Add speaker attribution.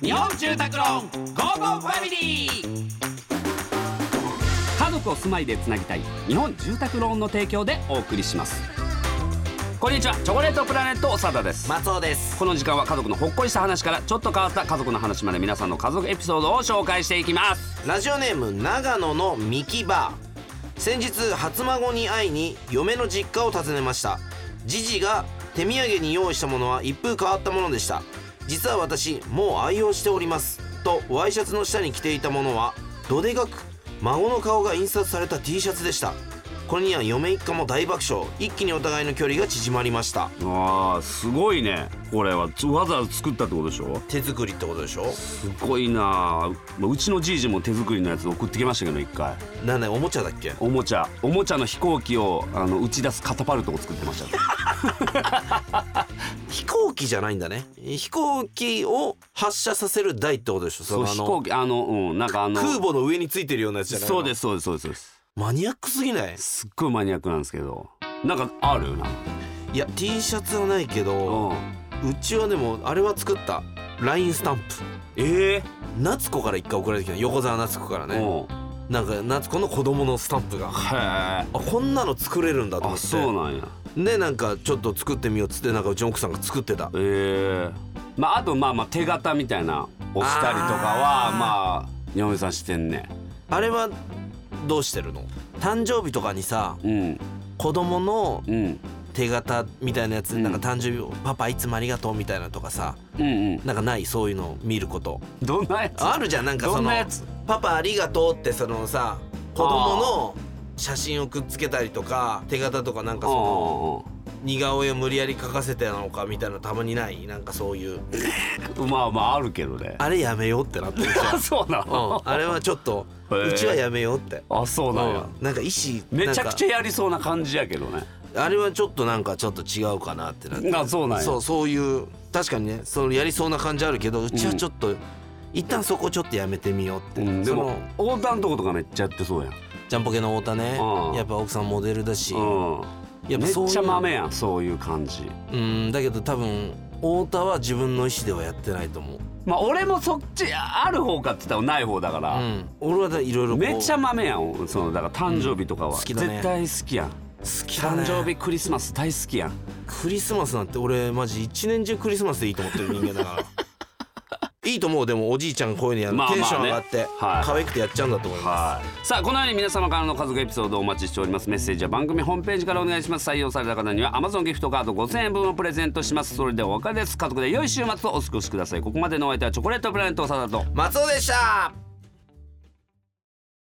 Speaker 1: 日本住宅ローンゴーゴーファミリー家族を住まいでつなぎたい日本住宅ローンの提供でお送りしますこんにちはチョコレートプラネット長田です
Speaker 2: 松尾です
Speaker 1: この時間は家族のほっこりした話からちょっと変わった家族の話まで皆さんの家族エピソードを紹介していきます
Speaker 2: ラジオネーム長野のミキバー先日初孫に会いに嫁の実家を訪ねましたジジが手土産に用意したものは一風変わったものでした実は私もう愛用しておりますとワイシャツの下に着ていたものはどでかく孫の顔が印刷された T シャツでしたこれには嫁一家も大爆笑一気にお互いの距離が縮まりました
Speaker 1: あーすごいねこれはわざわざ作ったってことでしょ
Speaker 2: 手作りってことでしょ
Speaker 1: すごいなうちのじいじも手作りのやつ送ってきましたけど一回
Speaker 2: なんだよおもちゃだっけ
Speaker 1: おもちゃおもちゃの飛行機をあの打ち出すカタパルトを作ってました、ね、
Speaker 2: 飛行機じゃないんだね飛行機を発射させる台ってことでしょ
Speaker 1: そう
Speaker 2: あ
Speaker 1: 飛
Speaker 2: の
Speaker 1: 行機あのうんなんかあの
Speaker 2: 空母の上についてるようなやつじゃないの
Speaker 1: そうですそうですそうですそうです
Speaker 2: マニアックすぎない
Speaker 1: すっごいマニアックなんですけどなんかあるなんか
Speaker 2: いや T シャツはないけ
Speaker 1: うん
Speaker 2: どうちはでもあれは作ったラインスタンプ
Speaker 1: ええ
Speaker 2: 夏子から一回送られてきた横澤夏子からね
Speaker 1: うん
Speaker 2: なんか夏子の子供のスタンプがあ
Speaker 1: へえ
Speaker 2: こんなの作れるんだと思
Speaker 1: あ
Speaker 2: って
Speaker 1: そうなんや
Speaker 2: でなんかちょっと作ってみようっつってなんかうちの奥さんが作ってた
Speaker 1: ええまああとまあまあ手形みたいな押したりとかは
Speaker 2: あー
Speaker 1: まあ山本さんしてんね
Speaker 2: あれはどうしてるの誕生日とかにさ
Speaker 1: うん
Speaker 2: 子供の
Speaker 1: うん
Speaker 2: 手形みたいなやつ
Speaker 1: うん
Speaker 2: なんか誕生日を「パパいつもありがとう」みたいなとかさ
Speaker 1: うんうん
Speaker 2: なんかないそういうのを見ること
Speaker 1: どんなやつ
Speaker 2: あるじゃんなんかその
Speaker 1: どんなやつ
Speaker 2: パパありがとう」ってそのさ子供の写真をくっつけたりとか手形とかなんかその
Speaker 1: う
Speaker 2: 似顔絵を無理やり描かせてなのかみたいなのたまにないなんかそういうん
Speaker 1: うんうんまあま ああるけどね、
Speaker 2: あれやめようってなってるじゃん
Speaker 1: そうな
Speaker 2: う
Speaker 1: の
Speaker 2: ん、あれはちょっと
Speaker 1: へー
Speaker 2: うちはやめようって。
Speaker 1: あそうなんや
Speaker 2: うんなんか意思
Speaker 1: めちゃくち
Speaker 2: ゃ
Speaker 1: ゃやりそうな感じやけどね
Speaker 2: あれはちょっとなんかちょっと違うかなってなって
Speaker 1: あそうなんや
Speaker 2: そうそういう確かにねそのやりそうな感じあるけどうちはちょっと、一旦そこちょっとやめてみようって、
Speaker 1: うん、で
Speaker 2: そ
Speaker 1: も
Speaker 2: の
Speaker 1: 太田のとことかめっちゃやってそうやん、
Speaker 2: ジャンポケの太田ね
Speaker 1: うん
Speaker 2: やっぱ奥さんモデルだし、
Speaker 1: う
Speaker 2: や
Speaker 1: ん、
Speaker 2: ぱ
Speaker 1: めっ
Speaker 2: そういう
Speaker 1: ちゃ豆やんそういう感じ
Speaker 2: うんだけど多分太田は自分の意思ではやってないと思う、
Speaker 1: まあ俺もそっちある方かって言ったらない方だか
Speaker 2: う
Speaker 1: ら、
Speaker 2: ん、俺はいろいろ
Speaker 1: めっちゃ
Speaker 2: 好
Speaker 1: 豆やんそのだから誕生日とかは、
Speaker 2: うん好きだね
Speaker 1: 絶対好きやん
Speaker 2: きだ、ね、
Speaker 1: 誕生日クリスマス大好きやん
Speaker 2: クリスマスなんて俺マジ一年中クリスマスでいいと思ってる人間 だからいいと思うでもおじいちゃんこういうのやる、
Speaker 1: まあまあね
Speaker 2: テンション上がって、
Speaker 1: はい
Speaker 2: 可愛くてやっちゃうんだと思います、
Speaker 1: はい、さあこのように皆様からの家族エピソードをお待ちしておりますメッセージは番組ホームページからお願いします採用された方には Amazon ギフトカード5000円分をプレゼントしますそれではお別れです家族で良い週末をお過ごしくださいここまでのお相手はチョコレートプラネット長田と
Speaker 2: 松尾でした